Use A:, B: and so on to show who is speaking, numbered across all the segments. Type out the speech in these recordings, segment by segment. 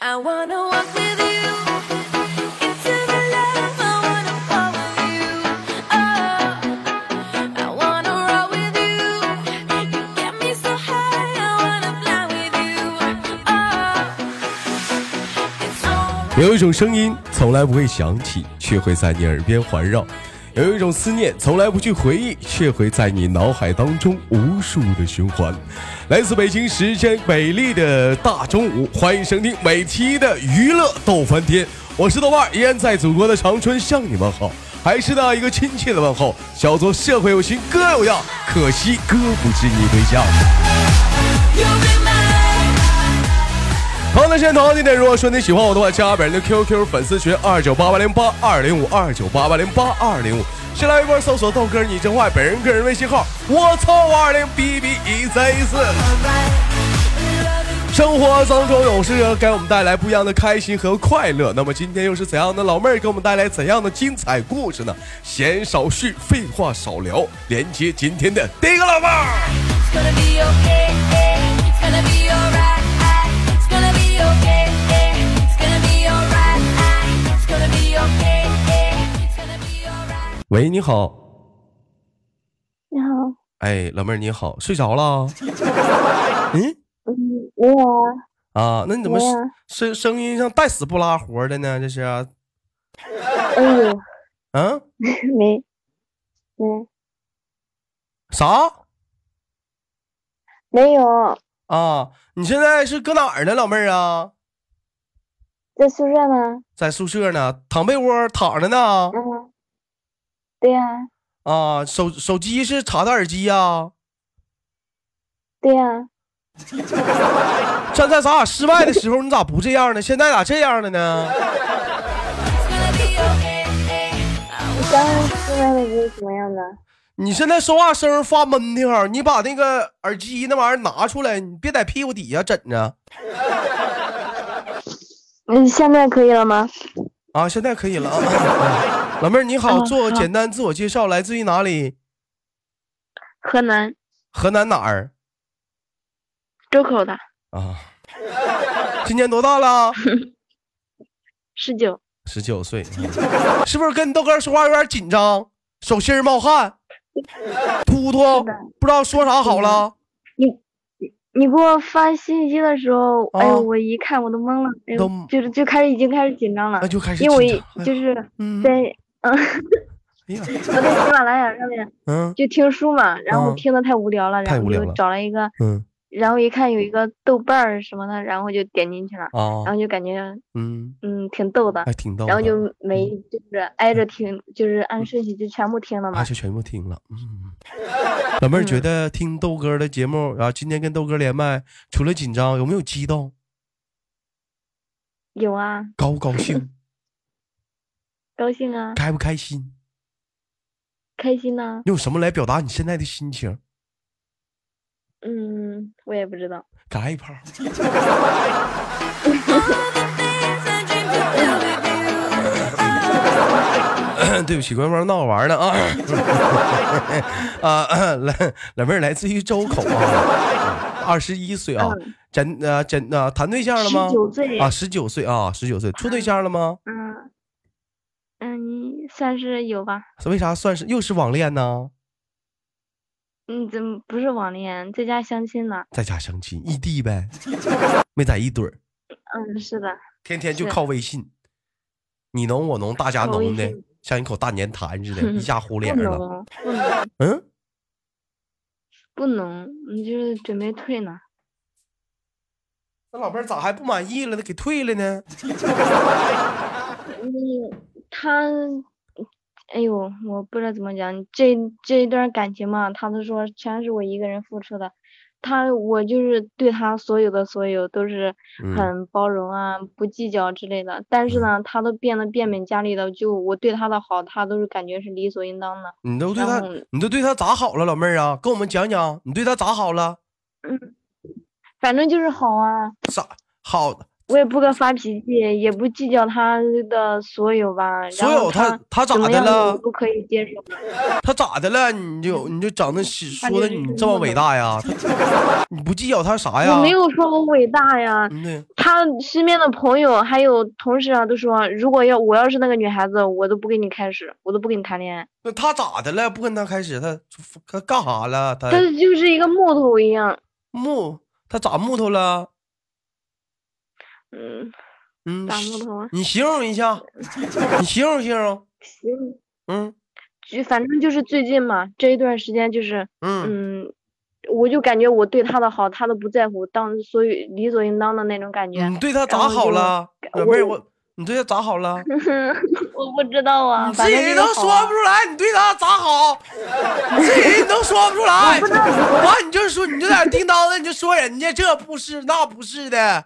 A: I wanna walk with you into the love. I wanna follow you. Oh, I wanna roll with you. You get me so high. I wanna fly with you. Oh, it's alright.
B: 有一种声音从来不会响起，却会在你耳边环绕；有一种思念从来不去回忆，却会在你脑海当中无数的循环。来自北京时间美丽的大中午，欢迎收听每期的娱乐逗翻天，我是豆瓣儿，依然在祖国的长春向你们好，还是那一个亲切的问候，小作社会有情哥有样，可惜哥不是你对象。
A: You'll be mine.
B: 同样的时间，同样的地点。如果说你喜欢我的话，加本人的 QQ 粉丝群二九八八零八二零五二九八八零八二零五，新浪微博搜索豆哥你真坏，本人个人微信号我操五二零 B B 一三一四。生活当中有时候给我们带来不一样的开心和快乐。那么今天又是怎样的老妹儿给我们带来怎样的精彩故事呢？闲少叙，废话少聊，连接今天的第一个老妹儿。
A: It's gonna be okay. It's gonna be alright. It's gonna be okay. It's gonna be alright. It's gonna be okay. It's gonna be alright.
B: 喂，你好。
C: 你好，
B: 哎，老妹儿你好，睡着 了？嗯
C: 嗯，没有啊，
B: 啊，那你怎么
C: 没
B: 声
C: 有啊
B: 声声音像带死不拉活的呢？这是啊，
C: 哎呦，
B: 啊
C: 没，没，
B: 啥
C: 没有，
B: 啊？你现在是搁哪儿呢，老妹儿啊？
C: 在宿舍吗？
B: 在宿舍呢，躺被窝躺着呢
C: 嗯，对呀、
B: 啊，手手机是插的耳机呀、
C: 对呀、
B: 站在咱俩室外的时候，你咋不这样呢？现在咋这样了呢？
A: It's gonna be okay. I
C: 你刚刚宿外的是什么样的？
B: 你现在说话声儿发闷的哈，你把那个耳机那玩意儿拿出来，你别在屁股底下枕着
C: 嗯，现在可以了吗？
B: 啊。现在可以了啊， 老妹儿你好，
C: 嗯
B: 做
C: 好
B: 简单自我介绍，来自于哪里？
C: 河南
B: 河南哪儿？
C: 周口的，
B: 啊， 今年多大了？
C: 十九，
B: 十九岁， 嗯是不是跟豆哥说话有点紧张，手心儿冒汗，突突
C: 是的，嗯
B: 不知道说啥好了？
C: 你给我发信息的时候，哎
B: 啊
C: 呦，我一看我都懵了，哎
B: 都
C: 呦，就是就开始已经开始紧张了
B: 那，就开始
C: 因为我
B: 紧
C: 一
B: 张，哎
C: 就
B: 呀
C: 是
B: 嗯，哎
C: 在嗯，
B: 呀，
C: 我在喜马拉雅上面
B: 嗯
C: 就听书嘛，然后
B: 啊
C: 听的太无聊了，
B: 太
C: 然
B: 无
C: 后
B: 聊
C: 就
B: 了
C: 找了一个。
B: 嗯
C: 然后一看有一个豆瓣儿什么的，然后就点进去了，然
B: 啊，
C: 后就感觉
B: 嗯，
C: 嗯挺逗的
B: 还，挺逗的，嗯
C: 然后就嗯没就是挨着听，就是按顺序就全部听了
B: 啊
C: 嘛。
B: 就全部听了。嗯，老
C: 嗯
B: 妹儿觉得听豆哥的节目啊，今天跟豆哥连麦，除了紧张，有没有激动？
C: 有啊，
B: 高不高 兴？
C: 高兴啊，
B: 开不开心？
C: 开心呐、
B: 用什么来表达你现在的心情？
C: 嗯，我也不知道，
B: 来一炮。 对不起，官方闹着玩儿呢啊！ 啊，来，老妹儿来自于周口啊， 二十一岁啊，真呃真啊，谈对象了吗
C: 嗯十？九岁，
B: 啊，十九岁啊，十九岁，处对象了吗？
C: 嗯嗯，算是有吧。
B: 为啥算是又是网恋呢？
C: 嗯，怎么不是网恋，在家相亲呢？
B: 在家相亲异地 呗，没在一堆儿，
C: 嗯，是的，
B: 天天就是靠微信，你侬我侬，大家
C: 靠
B: 浓
C: 微
B: 的
C: 信，
B: 像一口大粘痰 似的，一下糊
C: 不
B: 脸上了。
C: 能不能
B: 嗯。
C: 不能，你就是准备退呢。
B: 那老妹儿咋还不满意了呢？给退了呢？
C: 嗯，他，哎呦，我不知道怎么讲，这这一段感情嘛，他都说全是我一个人付出的，他我就是对他所有的所有都是
B: 嗯
C: 很包容啊，不计较之类的。但是
B: 嗯
C: 呢，他都变得变本加厉的，就我对他的好，他都是感觉是理所应当的。
B: 你都对他
C: 然后，
B: 你都对他咋好了，老妹儿啊？跟我们讲讲，你对他咋好了？
C: 反正就是好啊，
B: 咋好？
C: 我也不跟他发脾气，也不计较他的所有吧。
B: 所
C: 然后
B: 有
C: 他
B: 他他咋
C: 怎么
B: 的
C: 样的我
B: 了？
C: 都可以接受的。
B: 他咋的了？你就你就整那是
C: 嗯他
B: 说的
C: 就是
B: 你
C: 这
B: 这么
C: 么
B: 伟
C: 的
B: 哎大呀？他你不计较他啥呀？
C: 我没有说我伟大呀，
B: 嗯对，
C: 他身边的朋友还有同事啊，都说如果要我要是那个女孩子，我都不跟你开始，我都不跟你谈恋爱。
B: 那他咋的了？不跟他开始，他他干啥了？他
C: 他就是一个木头一样，
B: 木他咋木头了？
C: 嗯，
B: 嗯，
C: 咋木头啊？
B: 你形容一 下，你形容形容，
C: 行，
B: 嗯
C: 就反正就是最近嘛，这一段时间就是，
B: 嗯
C: 嗯，我就感觉我对他的好，他都不在乎，当所以理所应当的那种感觉。
B: 你对他
C: 嗯然
B: 咋
C: 后就
B: 好了？
C: 我
B: 不是我，你对他咋好了？
C: 我不知道啊，
B: 嗯你
C: 反
B: 自
C: 正
B: 己
C: 就
B: 都
C: 是好
B: 说
C: 啊
B: 不出来，你对他咋 好？你自己都说不出来，完你就说你就在那叮当的，你就说人家这不是那不是的，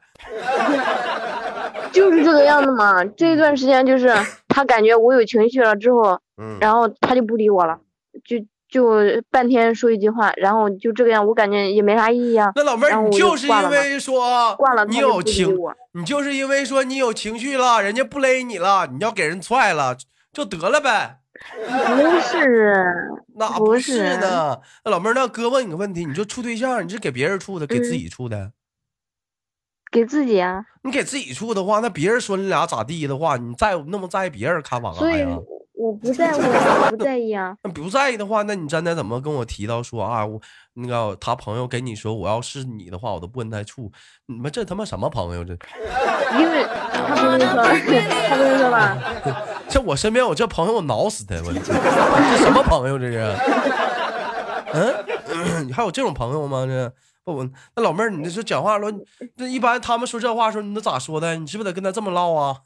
C: 就是这个样子嘛。这一段时间 就是他感觉我有情绪了之后，
B: 嗯
C: 然后他就不理我了，就就半天说一句话，然后就这个样，我感觉也没啥意义啊。
B: 那老妹
C: 然
B: 儿，
C: 后
B: 你
C: 我就
B: 就是
C: 挂
B: 因
C: 了嘛
B: 为说
C: 挂了他
B: 你
C: 就
B: 有
C: 不理
B: 情，
C: 我，
B: 你就是因为说你有情绪了，人家不勒你了，你要给人踹了就得了呗。
C: 不是，
B: 哪
C: 不
B: 不
C: 是
B: 呢？那老妹儿，那哥问你个问题，你说处对象，你是给别人处的，给自
C: 嗯
B: 己处的？
C: 给自己啊，
B: 你给自己处的话，那别人说你俩咋地的话，你在乎那么在意别人看法干
C: 所
B: 啥
C: 以
B: 哎呀？
C: 我不在乎啊，我不在意啊。
B: 那不在意的话，那你站在怎么跟我提到说啊，我那个他朋友给你说，我要是你的话，我都不跟他处。你们这他妈什么朋友？这
C: 因为他不是说，他不是说吧，
B: 这我身边有这朋友，我挠死他！我这什么朋友这是？嗯， 你还有这种朋友吗？这不我那老妹儿，你这说讲话了，那一般他们说这话的时候，你都咋说的？你是不是得跟他这么唠啊？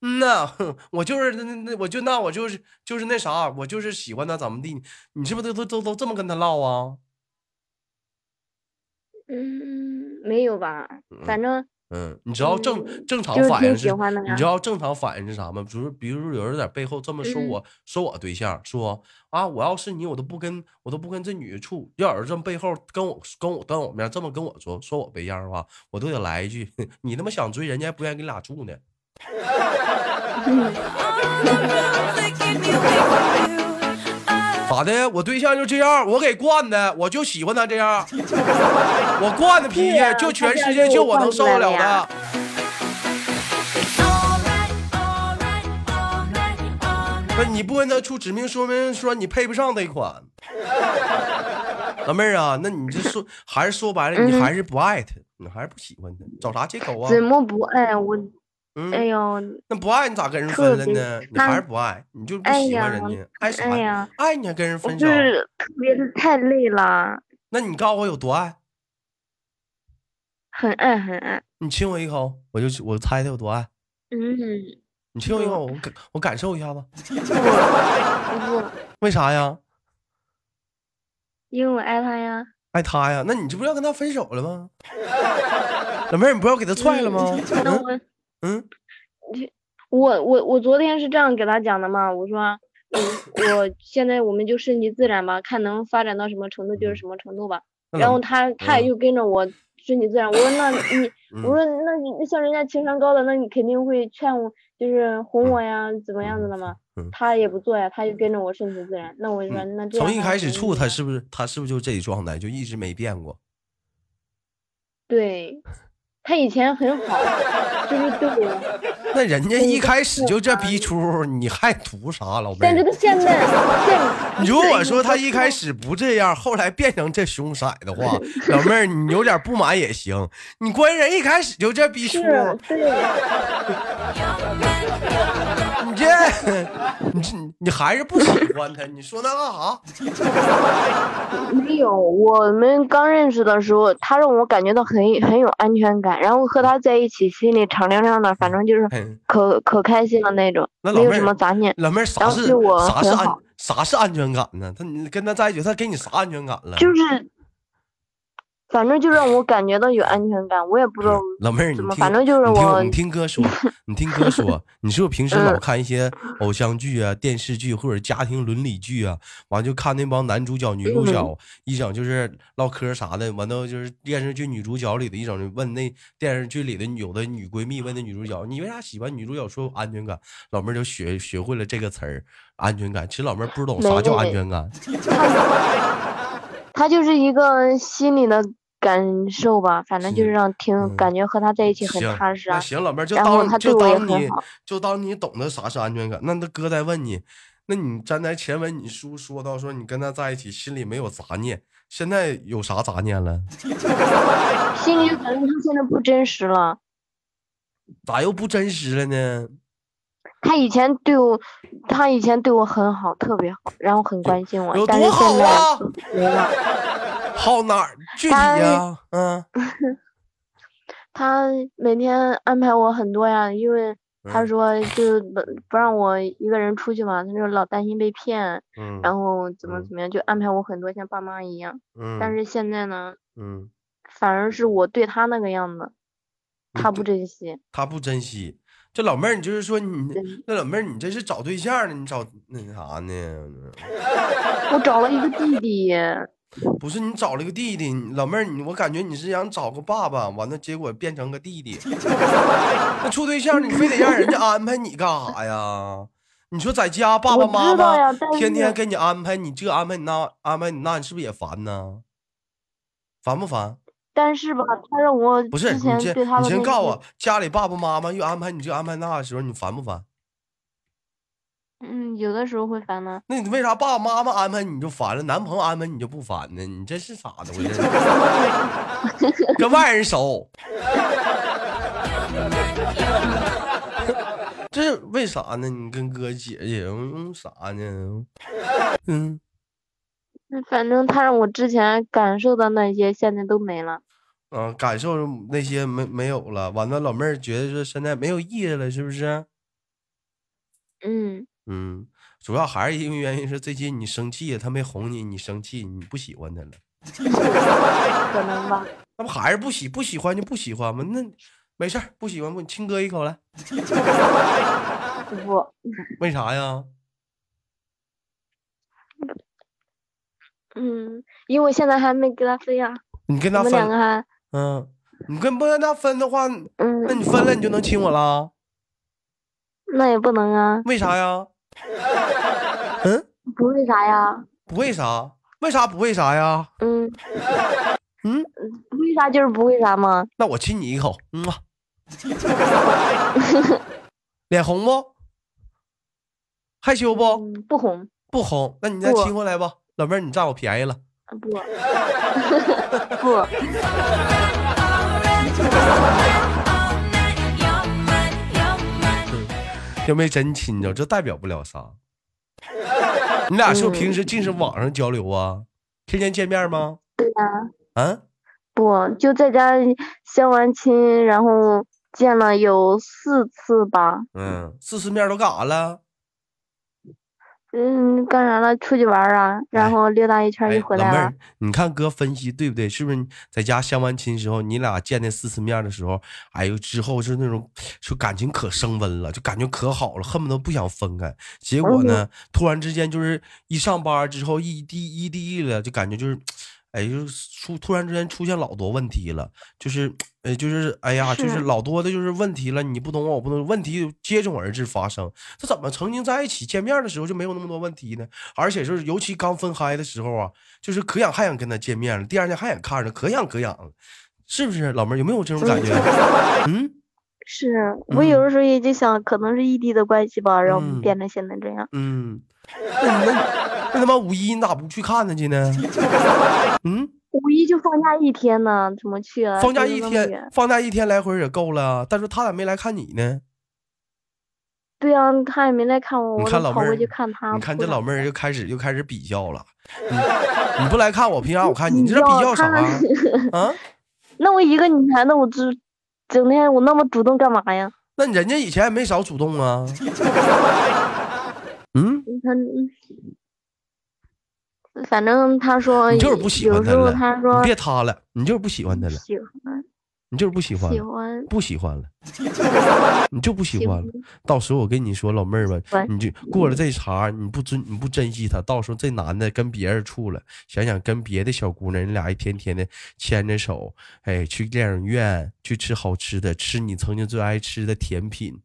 B: 嗯呐，哼我就是那那我就那我就是就是那啥，我就是喜欢他怎么地？你是不是都都都这么跟他唠啊？
C: 嗯，没有吧，反正
B: 嗯，你知道正
C: 嗯
B: 正常
C: 就是
B: 反
C: 挺
B: 应
C: 喜
B: 是，
C: 欢的啊
B: 你
C: 呀
B: 知道正常反应是啥吗？比如，比如有人在背后这么说
C: 嗯
B: 我，说我对象，说啊，我要是你，我都不跟我都不跟这女的处。要有人这么背后跟我跟我当我面这么跟我说说我对象的话，我都得来一句， 你他妈想追人家，还不愿意跟你俩处呢。咋的？我对象就这样，我给惯的，我就喜欢他这样， 我惯的脾气
C: 对呀，
B: 就
C: 他
B: 全
C: 这样
B: 世界
C: 就
B: 就
C: 我
B: 我能
C: 惯出
B: 受得
C: 来了
B: 了
C: 呀
B: 的。不是你不跟他处指明说明说你配不上那款， 老妹儿啊，那你这说还是说
C: 嗯
B: 白了，你还是不爱他，你还是不喜欢他，找啥借口啊？
C: 怎么不爱我？哎
B: 嗯，
C: 呦，
B: 那不爱你咋跟人分了呢
C: 特别？
B: 你还是不爱，你就不
C: 哎
B: 喜欢
C: 呀
B: 人家，爱啥
C: 哎
B: 呀
C: 呀？
B: 爱你还啊跟人
C: 我
B: 分手
C: 就？是特别的太累了，
B: 那你告诉我有多爱？
C: 很爱很爱。
B: 你亲我一口，我就我猜他有多爱。
C: 嗯，
B: 你亲我一
C: 不
B: 口，我感我感受一下吧。
C: 不，
B: 为啥呀？
C: 因为我爱他呀。
B: 爱他呀？那你这不要跟他分手了吗？ 老妹儿，你不要给他踹了吗？
C: 那
B: 嗯
C: 我
B: 嗯
C: 我我我昨天是这样给他讲的嘛，我说嗯我我现在我们就顺其自然吧，看能发展到什么程度就是什么程度吧。
B: 那
C: 然
B: 老
C: 后他他
B: 嗯
C: 也就跟着我顺其自然。我说那你，我说那你像人家情商高的，那你肯定会劝我，就是哄我呀，怎么样子的嘛
B: 嗯嗯。嗯
C: 他也不做呀，他就跟着我顺其自然。那我就说那这样嗯
B: 从一
C: 那
B: 开
C: 我
B: 始
C: 们
B: 处
C: 就
B: 他是不是他是不是就这状态，就一直没变过？
C: 对，他以前很好，就是对我，
B: 那人家
C: 嗯啊
B: 一开始就这逼出，你还图啥，老妹
C: 但是
B: 儿？
C: 他现在现
B: 如果说他一开始不这样，后来变成这凶色的 话，老妹儿你有点不满也行。你关人一开始就这逼出，
C: 是对。
B: 你这 你这你还是不喜欢他，你说那干啥？
C: 没有，我们刚认识的时候，他让我感觉到很很有安全感，然后和他在一起，心里敞亮亮的，反正就是
B: 嗯
C: 可可开心的那种，
B: 那老
C: 没有
B: 妹儿
C: 什么杂念。
B: 老妹儿啥
C: 然后
B: 是
C: 对我
B: 啥是
C: 很
B: 安
C: 好
B: 啥是安全感呢？他你跟他在一起，他给你啥安全感了？
C: 就是，反正就让我感觉到有安全感，我也不知道
B: 嗯老妹儿，你
C: 怎么
B: 听，
C: 反正就是
B: 你听
C: 我
B: 你听哥 说，你听哥说，你是不是平时老
C: 嗯
B: 看一些偶像剧啊、电视剧或者家庭伦理剧啊？完就看那帮男主角、女主
C: 嗯
B: 角，一整就是唠嗑啥的，完都就是电视剧女主角里的一整就问那电视剧里的有的女闺蜜问那女主角，你为啥喜欢女主角？说有安全感，老妹儿就学学会了这个词儿，安全感。其实老妹儿不懂啥叫安全感，
C: 他就是一个心理的感受吧，反正就是是让听，
B: 嗯
C: 感觉和他在一起很
B: 行，
C: 踏实
B: 那
C: 啊。
B: 行，老妹儿就
C: 然后
B: 当
C: 他
B: 就
C: 对我也
B: 当
C: 很
B: 你
C: 好
B: 就当你懂得啥是安全感。那那哥再问你，那你站在前文你叔说到说你跟他在一起心里没有杂念，现在有啥杂念了？
C: 心里反正他现在不真实了，
B: 咋又不真实了呢？
C: 他以前对我，他以前对我很好，特别好，然后很关心我
B: 有，
C: 但
B: 多
C: 是
B: 好
C: 现在
B: 啊
C: 没了。
B: 好哪儿？具体
C: 他
B: 呀、嗯，
C: 他每天安排我很多呀，因为 他
B: 嗯
C: 说就不不让我一个人出去嘛，他就老担心被骗，
B: 嗯，
C: 然后怎么
B: 嗯
C: 怎么样，就安排我很多像爸妈一样。
B: 嗯，
C: 但是现在呢，
B: 嗯，
C: 反而是我对他那个样子，
B: 你
C: 他
B: 对
C: 不珍惜。
B: 他不珍惜。这老妹儿，你就是说你
C: 对
B: 那老妹儿，你这是找对象呢？你找那啥呢？
C: 我找了一个弟弟，
B: 不是你找了个弟弟，你老妹儿，你我感觉你是想找个爸爸，完了结果变成个弟 弟。那处对象你非得让人家安排你干啥呀？你说在家爸爸
C: 我
B: 妈
C: 知道呀
B: 妈
C: 但
B: 天天
C: 是
B: 给你安排，你这安排你那安排你那，你是不是也烦呢？烦不烦？
C: 但是吧，他让我
B: 不是
C: 之
B: 你
C: 前
B: 先
C: 对他
B: 你
C: 的
B: 先
C: 那
B: 告诉
C: 些
B: 我，家里爸爸妈妈又安排你这安排那的时候，你烦不烦？
C: 嗯，有的时候会烦呢。
B: 那你为啥爸爸妈妈安排你就烦了，男朋友安排你就不烦呢？你这是咋的回事？跟外人熟，这是为啥呢？你跟哥姐姐用啥呢？嗯，
C: 嗯反正他让我之前感受的那些，现在都没了。
B: 啊，感受那些没没有了，完了老妹儿觉得说现在没有意思了，是不是？
C: 嗯，
B: 嗯，主要还是因为原因是最近你生气，他没哄你，你生气，你不喜欢他了。
C: 可能吧。
B: 那不还是不喜不喜欢就不喜欢吗？那没事儿，不喜欢不亲哥一口来，
C: 不，
B: 为啥呀？
C: 嗯，因为我现在还没跟他分呀，
B: 你跟
C: 我
B: 他
C: 们两个
B: 分，
C: 还，
B: 嗯，你跟不跟他分的话，那
C: 嗯，
B: 你分了你就能亲我了？
C: 那也不能啊，
B: 为啥呀？嗯，
C: 不为啥呀，
B: 不为啥？为啥不为啥呀？
C: 嗯，
B: 嗯，
C: 为啥就是不为啥嘛，
B: 那我亲你一口，嗯啊，脸红不？害羞不？
C: 嗯，不红，
B: 不红，那你再
C: 不
B: 亲过来吧，老妹儿，你占我便宜了。
C: 啊不， 不，
B: 要没真亲着，这代表不了啥。你俩是
C: 嗯
B: 不是平时净是网上交流啊？天天见面吗？
C: 对呀、
B: 啊，
C: 不，就在家相完亲，然后见了有四次吧，
B: 嗯，四次面都干啥了？
C: 嗯，干啥了？出去玩儿啊，
B: 哎
C: 然后溜达一圈儿
B: 哎，
C: 就
B: 老
C: 回
B: 妹
C: 来了。
B: 儿，你看哥分析对不对？是不是在家相完亲时候，你俩见那四次面的时候，哎呦，之后是那种说感情可升温了，就感觉可好了，恨不得不想分开。结果
C: 嗯
B: 呢，突然之间就是一上班之后一地一地了，就感觉就是，哎，就是出突然之间出现老多问题了，就是。呃，就是，哎呀，就是
C: 是
B: 老多的，就是问题了，你不懂我，我不懂，问题接踵而至发生。这怎么曾经在一起见面的时候就没有那么多问题呢？而且就是尤其刚分开的时候啊，就是可想还想跟他见面了，第二天还想看着，可想可想了，是不是？老妹儿有没有这种感觉？ 嗯，
C: 是我有的时候也就想，可能是异地的关系吧，然后
B: 嗯
C: 变成现在这样。
B: 嗯，那你那那他妈五一你咋不去看他去呢？ 嗯，
C: 五一就放假一天呢，怎么去啊？
B: 放假
C: 就是
B: 一
C: 那么
B: 天
C: 远，
B: 放假一天来回也够了，但是他咋没来看你呢？
C: 对呀、他也没来看我，
B: 你
C: 我
B: 看
C: 都
B: 老
C: 跑
B: 妹儿
C: 过去看他。
B: 你看
C: 哭
B: 这
C: 了
B: 老妹儿又开始又开始比较了，你你不来看我，凭啥我看你？你这比较啥啊？啊？
C: 那我一个女孩子，我只整天我那么主动干嘛呀？
B: 那人家以前也没少主动啊。嗯，
C: 你看，嗯反正他说
B: 你就是不喜欢
C: 有
B: 他
C: 时候
B: 了，
C: 他说
B: 你别他了，你就是不喜欢他了，
C: 喜欢
B: 你就是不喜欢
C: 喜
B: 了，
C: 欢
B: 不喜欢了，你就不喜
C: 喜
B: 欢了。到时候我跟你说，老妹儿们
C: 喂，
B: 你就过了这茬儿，你不珍你不珍惜他，到时候这男的跟别人处了，想想跟别的小姑娘，你俩一天天的牵着手，哎，去电影院，去吃好吃的，吃你曾经最爱吃的甜品，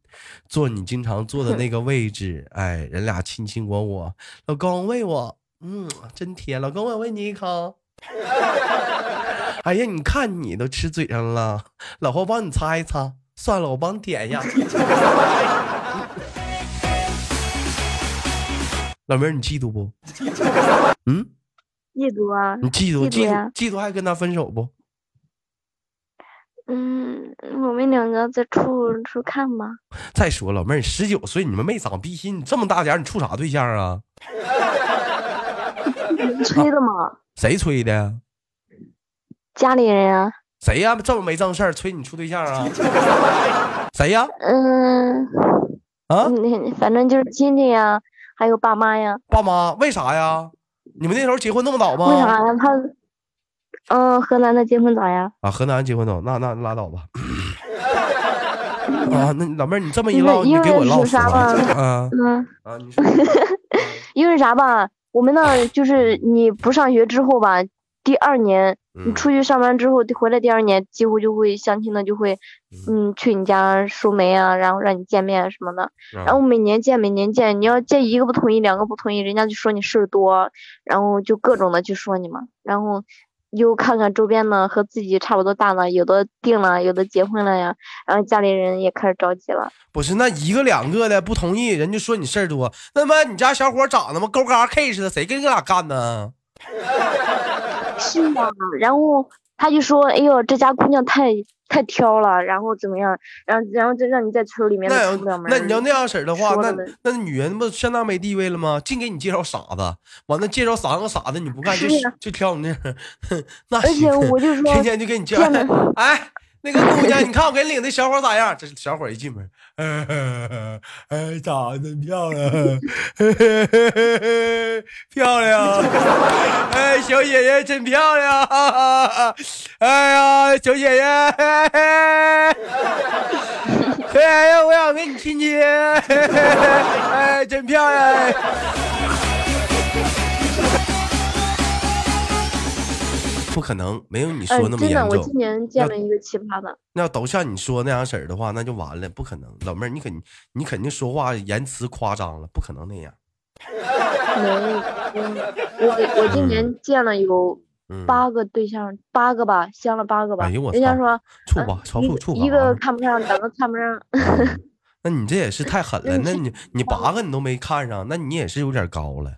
B: 坐你经常坐的那个位置，哎，人俩卿卿我我，老公喂我，嗯，真甜，老公我喂你一口。 哎呀，你看你都吃嘴上了，老婆帮你擦一擦，算了，我帮你点一下。老妹儿，你嫉妒 不？嗯，
C: 嫉妒啊，
B: 你嫉妒，
C: 嫉妒
B: 嫉妒
C: 呀，
B: 嫉妒还跟他分手不？
C: 嗯，我们两个再处处看吧。
B: 再说老妹儿，十九岁你们没长逼心，你这么大点儿你处啥对象啊？
C: 催的嘛，
B: 谁催的？
C: 家里人啊，
B: 谁呀、这么没正事儿催你处对象 啊？谁呀、
C: 嗯，
B: 啊？
C: 那反正就是亲戚呀，还有爸妈呀。
B: 爸妈为啥呀？你们那时候结婚那么早吗？
C: 为啥呀？他，嗯，河南的结婚早呀？
B: 啊，河南结婚早，那那拉倒 吧。啊，那老妹儿，你这么一
C: 因为
B: 唠，你
C: 因为
B: 给我唠
C: 有
B: 死
C: 啥
B: 了
C: 吧
B: 啊
C: 嗯，
B: 啊！你说
C: 因为啥吧？我们那就是你不上学之后吧，第二年你
B: 嗯
C: 出去上班之后，回来第二年几乎就会相亲的就会，嗯，去你家说媒啊，然后让你见面啊什么的。然后每年见，每年见，你要见一个不同意，两个不同意，人家就说你事儿多，然后就各种的去说你嘛。然后又看看周边的和自己差不多大的，有的定了，有的结婚了呀，然后家里人也开始着急了。
B: 不是那一个两个的不同意，人就说你事儿多。那么你家小伙长得嘛勾嘎 K 似的，谁跟你俩干呢？
C: 是呀，然后他就说：“哎呦，这家姑娘太太挑了，然后怎么样？然后然后就让你在村里面
B: 那
C: 都
B: 要
C: 出不了门儿。”
B: 那你要那样式儿的话，
C: 说
B: 那
C: 了呗
B: 那女人不相当没地位了吗？净给你介绍傻子，完了介绍三个傻子你不干，就是
C: 呀
B: 就挑你那样， 那
C: 啊而且我就说
B: 天天就给你介绍
C: 见了，
B: 哎，那个姑娘，你看我给你领的小伙咋样？这小伙一进门，呃， 哎，长得漂亮， 嘿嘿嘿嘿嘿漂亮，哎，小姐姐真漂亮，哈哈哈哎呀，小姐姐，嘿嘿哎呀，我想跟你亲亲，嘿嘿嘿哎，真漂亮。不可能，没有你
C: 嗯、
B: 说那么
C: 真
B: 严
C: 的，我
B: 重。
C: 今年
B: 要
C: 见了一个奇葩的，
B: 那要都像你说那样式儿的话，那就完了，不可能。老妹儿，你肯你肯定说话言辞夸张了，不可能那样。
C: 没有，嗯我我今年见了有
B: 嗯，
C: 八个对象，八个吧，相了八个吧。
B: 哎呦我
C: 人
B: 操
C: 家说
B: 处
C: 嗯
B: 吧，超
C: 一
B: 处
C: 个
B: 处吧。
C: 一个看不上，两个看不上，
B: 那你这也是太狠了。
C: 嗯
B: 那
C: 是
B: 你你八个你都没看上，那你也是有点高了。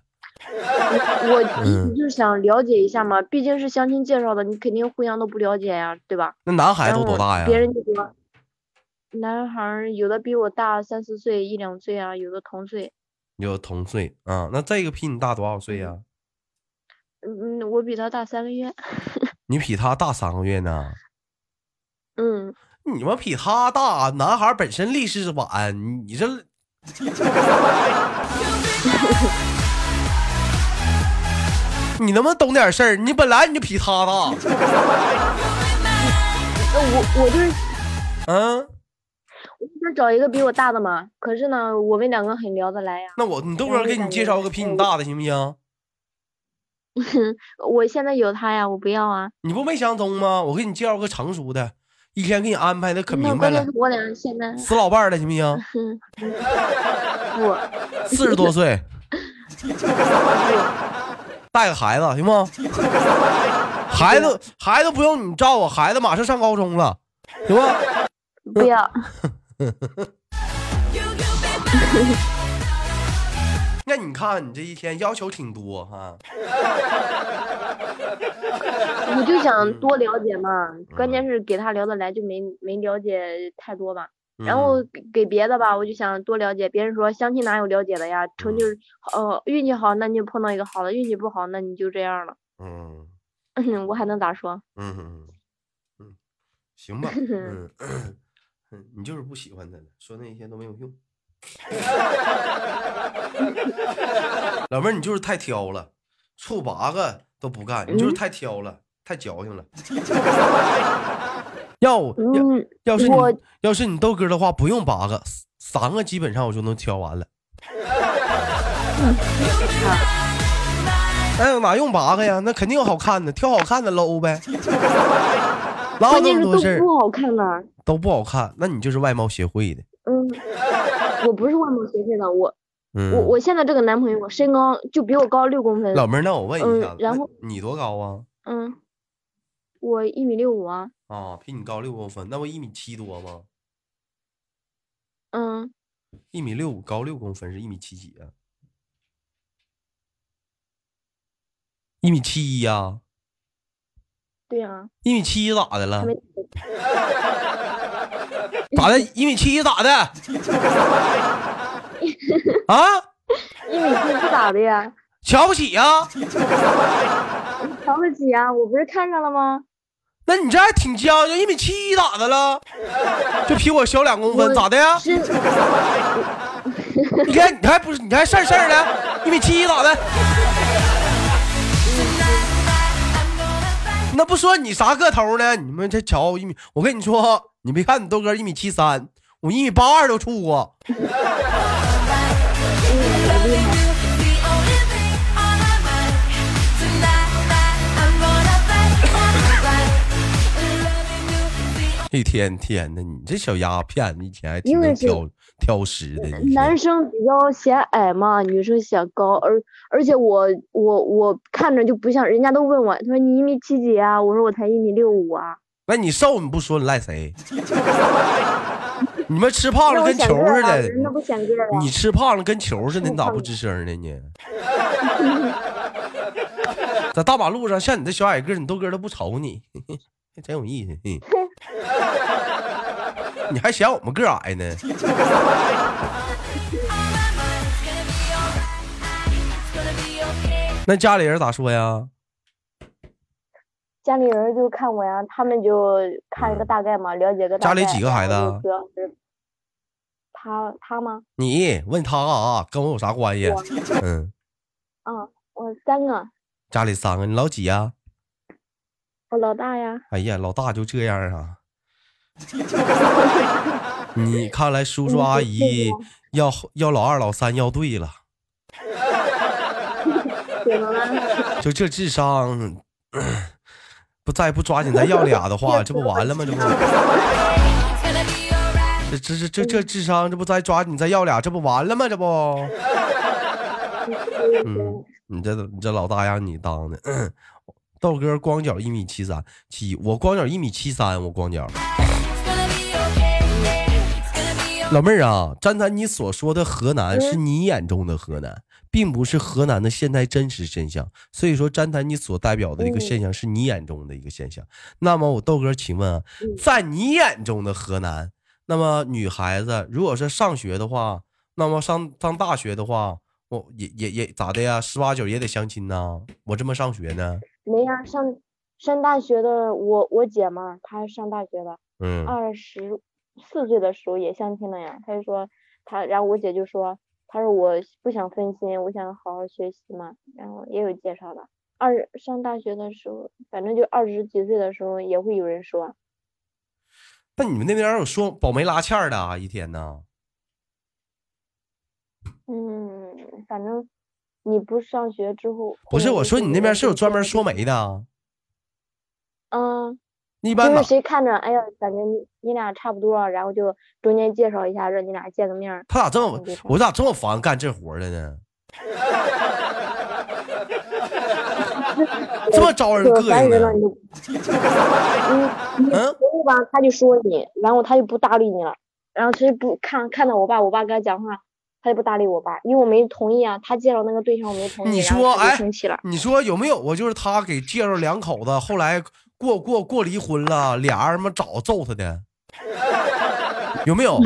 C: 我
B: 嗯
C: 一就想了解一下嘛，毕竟是相亲介绍的，你肯定互相都不了解呀，对吧？
B: 那男孩
C: 然
B: 都
C: 后
B: 多大呀？
C: 别人就说，男孩儿有的比我大三四岁、一两岁啊，有的同岁。
B: 有同岁啊、那这个比你大多少岁呀、
C: 嗯，我比他大三个月。
B: 你比他大三个月呢。
C: 嗯，
B: 你们比他大，男孩本身历史晚，你你这。 你能不能懂点事儿？你本来你就比他大，
C: 那我我就是
B: 嗯，
C: 我就是找一个比我大的嘛。可是呢，我们两个很聊得来呀。
B: 那我你等会儿给你介绍个比你大的行不行？
C: 我现在有他呀，我不要啊。
B: 你不没相中吗？我给你介绍个成熟的，一天给你安排的可
C: 那
B: 明白
C: 关键
B: 了
C: 是，我俩现在
B: 死老伴儿了行不行？
C: 哼，我
B: 四十多岁，带个孩子行吗？孩子孩子不用你照顾，啊孩子马上上高中了，行吗？
C: 不
B: 呃
C: 要。
B: 那你看你这一天要求挺多哈、
C: 我就想
B: 嗯
C: 多了解嘛，关键是给他聊得来，就没没了解太多吧。
B: 嗯
C: 然后给给别的吧，我就想多了解。别人说相亲哪有了解的呀？
B: 嗯
C: 成就是呃运气好，那你就碰到一个好的；运气不好，那你就这样了。
B: 嗯
C: 我还能咋说？
B: 嗯嗯嗯，行吧，嗯，嗯你就是不喜欢他了，说那些都没有用。 老妹儿，你就是太挑了，处八个都不干，你就是
C: 嗯
B: 太挑了，太矫情 了。要我要
C: 嗯，
B: 要是
C: 我
B: 你要是你豆哥的话，不用八个，三个基本上我就能挑完了。哎呦，哪用八个呀？那肯定有好看的，挑好看的搂呗。 哪有
C: 关
B: 那
C: 键
B: 么多事儿
C: 是都不好看呢。
B: 都不好看？那你就是外貌协会的。
C: 嗯，我不是外貌协会的，我
B: 嗯，
C: 我我现在这个男朋友，我身高就比我高六公分。
B: 老妹儿，那我问一下子，
C: 嗯然后
B: 那你多高啊？
C: 嗯，我一米六五啊，
B: 啊，比你高六公分，那不一米七多吗？
C: 嗯，
B: 一米六五高六公分是一米七几啊？一米七一呀？
C: 对啊，
B: 一米七一咋的了
C: 还没？
B: 咋的？一米七一咋的？啊？
C: 一米七是咋的呀？
B: 瞧不起啊呀、
C: 瞧不起啊？我不是看上了 吗？
B: 那你这还挺将就一米七一咋的了？就比我小两公分，
C: 我
B: 咋的呀？
C: 是
B: 你看你还不是你还事事儿呢？一米七一咋的？那不说你啥个头呢？你们这瞧一米，我跟你说，你别看你豆哥一米七三，我一米八二都处过。一天天的，你这小丫片子，以前还挺
C: 因为
B: 能
C: 是
B: 挑挑食的。你
C: 男
B: 这
C: 生比较显矮嘛，女生显高，而而且我我我看着就不像，人家都问我，他说你一米七几啊？我说我才一米六五啊。
B: 那你瘦你不说，你赖谁？ 你们吃胖
C: 那
B: 了
C: 我
B: 跟
C: 显
B: 球
C: 个
B: 似
C: 儿啊，
B: 的。
C: 人 那不显个儿啊
B: 你？吃胖了跟球似的，你咋不吱声呢？你 在大马路上，像你这小矮个儿，你豆哥都不瞅你，还真有意思。 嗯你还嫌我们个儿矮呢？那家里人咋说呀？
C: 家里人就看我呀，他们就看一个大概嘛，了解个大
B: 嗯家
C: 概。
B: 里几个孩子
C: 然
B: 啊
C: 后就主要是他他吗？
B: 你问他干、啥？跟我有啥关系？嗯，
C: 嗯，我三个，
B: 家里三个，你老几呀、
C: 我老大呀。
B: 哎呀，老大就这样啊！ 你看来叔叔阿姨要要老二老三要对了，
C: 怎么了？
B: 就这智商，不再不抓紧再要俩的话，这不完了吗？这不，这这这这这智商，这不再抓紧再要俩，这不完了吗？这不，嗯，你这你这老大让你当的， 豆哥光脚一米七三七，我光脚一米七三，我光脚。老妹儿啊，刚才你所说的河南是你眼中的河南，并不是河南的现在真实现象。所以说，刚才你所代表的一个现象是你眼中的一个现象。那么，我豆哥，请问啊，在你眼中的河南，那么女孩子如果是上学的话，那么上上大学的话，我也也也咋的呀？十八九也得相亲呐？我这么上学呢？
C: 没呀、上上大学的我我姐嘛，她上大学的，
B: 嗯，
C: 二十四岁的时候也相亲了呀。她就说她，然后我姐就说，她说我不想分心，我想好好学习嘛。然后也有介绍的。二上大学的时候，反正就二十几岁的时候也会有人说，
B: 那你们那边有说保媒拉纤儿的啊？一天呢？
C: 嗯，反正你不上学之后，
B: 不是，
C: 后面
B: 我
C: 就
B: 说你那边
C: 人
B: 是有
C: 会
B: 专门
C: 说
B: 说
C: 你，
B: 媒的啊？
C: 嗯，
B: 一般
C: 就
B: 哪啊
C: 是谁看着，哎呀，感觉你你俩差不多啊，然后就中间介绍一下，让你俩见个面儿。
B: 他咋这么
C: 嗯对
B: 我咋这么烦干这活儿的呢？这么招人
C: 就
B: 膈
C: 烦
B: 应
C: 人了，
B: 呢？
C: 你就你你
B: 嗯
C: 服务吧，他就说你，然后他就不搭理你了，然后他就不看看到我爸，我爸跟他讲话，他就不搭理我爸，因为我没同意啊，他介绍那个对象我没同意，
B: 你
C: 然后
B: 说
C: 他就
B: 哎
C: 生气了，
B: 你说有没有啊？就是他给介绍两口子，后来过过过离婚了，俩人他妈找揍他的，有没有？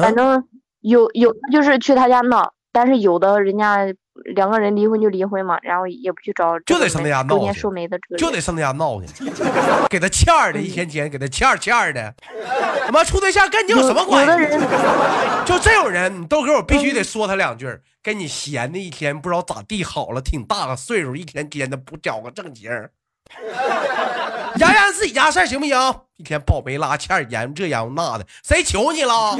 C: 反正有有的就是去他家闹，但是有的人家两个人离婚就离婚嘛，然后也不去找这
B: 就得
C: 个
B: 上
C: 媒
B: 他家
C: 中
B: 闹
C: 间
B: 去
C: 说媒的这个
B: 就
C: 人
B: 得上他家闹去，给他欠儿的，一天天给他欠儿欠儿的，他妈处对象跟你有什么关
C: 有的
B: 系？
C: 人。
B: 就这种人，你豆哥，我必须得说他两句儿。跟你闲的一天不知道咋地好了，挺大个岁数，一天天的不找个正经儿，研研自己家事儿行不行？一天保媒拉纤儿，研究这研究那的，谁求你了？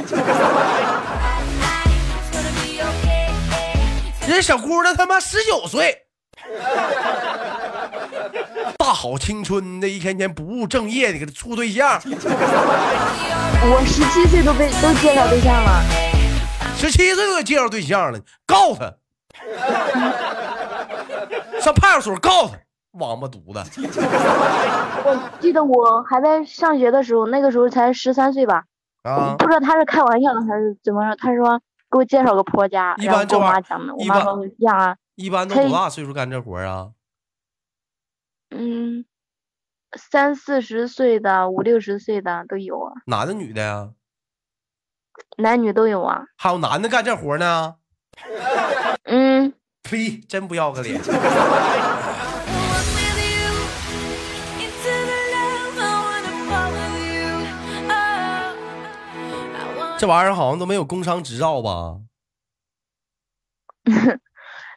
B: 人家小姑娘他妈十九岁，大好青春的，一天天不务正业的给他处对象，
C: 我十七岁都被都介绍对象了，
B: 十七岁就给介绍对象了，告他，上派出所告他，王八犊子，
C: 我记得我还在上学的时候，那个时候才十三岁吧，
B: 啊
C: 不，知道他是开玩笑的还是怎么着。他说给我介绍个婆家，
B: 一
C: 然后
B: 般
C: 跟
B: 这
C: 我
B: 玩意
C: 妈
B: 儿
C: 讲的，我
B: 一
C: 妈
B: 般
C: 说呀、啊，
B: 一般都
C: 嘿
B: 多大岁数干这活儿啊？
C: 嗯，三四十岁的、五六十岁的都有啊，
B: 男的女的呀？
C: 男女都有啊。
B: 还有男的干这活儿呢？
C: 嗯，
B: 呸！真不要个脸。
A: walk with you into the love. I wanna follow you. Oh, I want.
B: 这玩意儿好像都没有工商执照吧？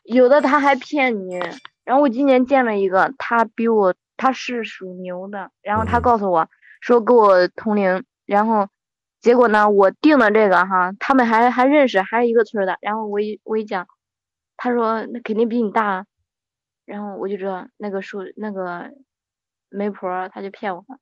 C: 有的他还骗你。然后我今年见了一个，他比我他是属牛的，然后他
B: 嗯
C: 告诉我说跟我同龄，然后结果呢，我定了这个哈，他们还还认识，还是一个村儿的。然后我一我一讲，他说那肯定比你大啊，然后我就知道那个叔那个媒婆儿他就骗我了。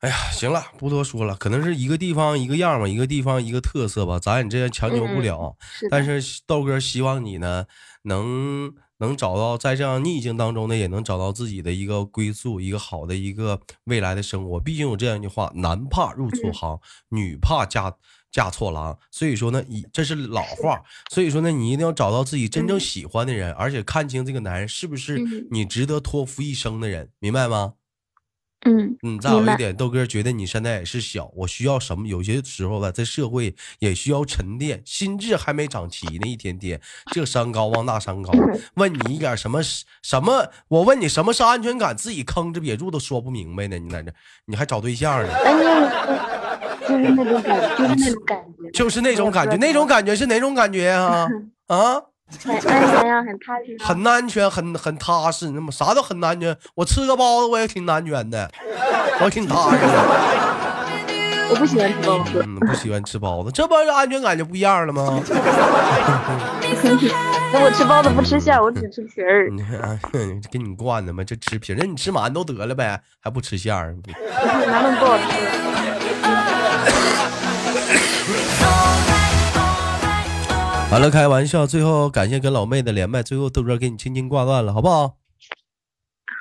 B: 哎呀，行了，不多说了，可能是一个地方一个样儿吧，一个地方一个特色吧，咱也这样强求不
C: 嗯
B: 了。
C: 是的
B: 但，是豆哥希望你呢，能能找到在这样逆境当中呢，也能找到自己的一个归宿，一个好的一个未来的生活。毕竟有这样一句话：男怕入
C: 嗯
B: 错行，女怕嫁嫁错郎。所以说呢，一这是老话。所以说呢，你一定要找到自己真正
C: 嗯
B: 喜欢的人，而且看清这个男人是不是
C: 嗯
B: 你值得托付一生的人，明白吗？
C: 嗯
B: 嗯，再有
C: 明
B: 一
C: 白
B: 点，豆哥觉得你现在也是小，我需要什么？有些时候吧，在社会也需要沉淀，心智还没长齐呢，一天天这山高望那 山高。问你一点什么是什么？我问你什么是安全感？自己坑着瘪住都说不明白呢，你在这你还找对象呢？
C: 哎，你就是那种感，就是那种感觉，
B: 就是那种感觉，那种感觉是
C: 我知道
B: 哪种感觉 啊？啊，
C: 很安全呀，很踏实啊。
B: 很安全，很很踏实，那么啥都很安全。我吃个包子我也挺安全的，我也挺踏实的。
C: 我不喜欢吃包子，
B: 嗯，不喜欢吃包子，这不是安全感就不一样了吗？
C: 那我吃包子不吃馅儿，我只吃皮儿。
B: 你看，给你惯的嘛，这吃皮儿，那你吃馒头得了呗，还不吃馅儿？
C: 馒头不好吃。
B: 完了，开玩笑，最后感谢跟老妹的连麦，最后豆哥给你轻轻挂断了，好不好？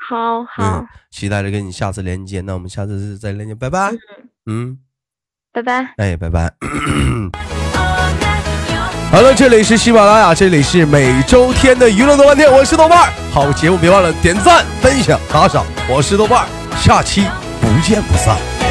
C: 好好，
B: 嗯，期待着跟你下次连接，那我们下次再连接，拜拜。嗯，
C: 拜拜。
B: 哎，拜拜。
A: You're
D: 好了，这里是喜马拉雅，这里是每周天的娱乐豆瓣天，我是豆瓣儿。好节目别忘了点赞、分享、打赏，我是豆瓣儿，下期不见不散。
A: 「だけど」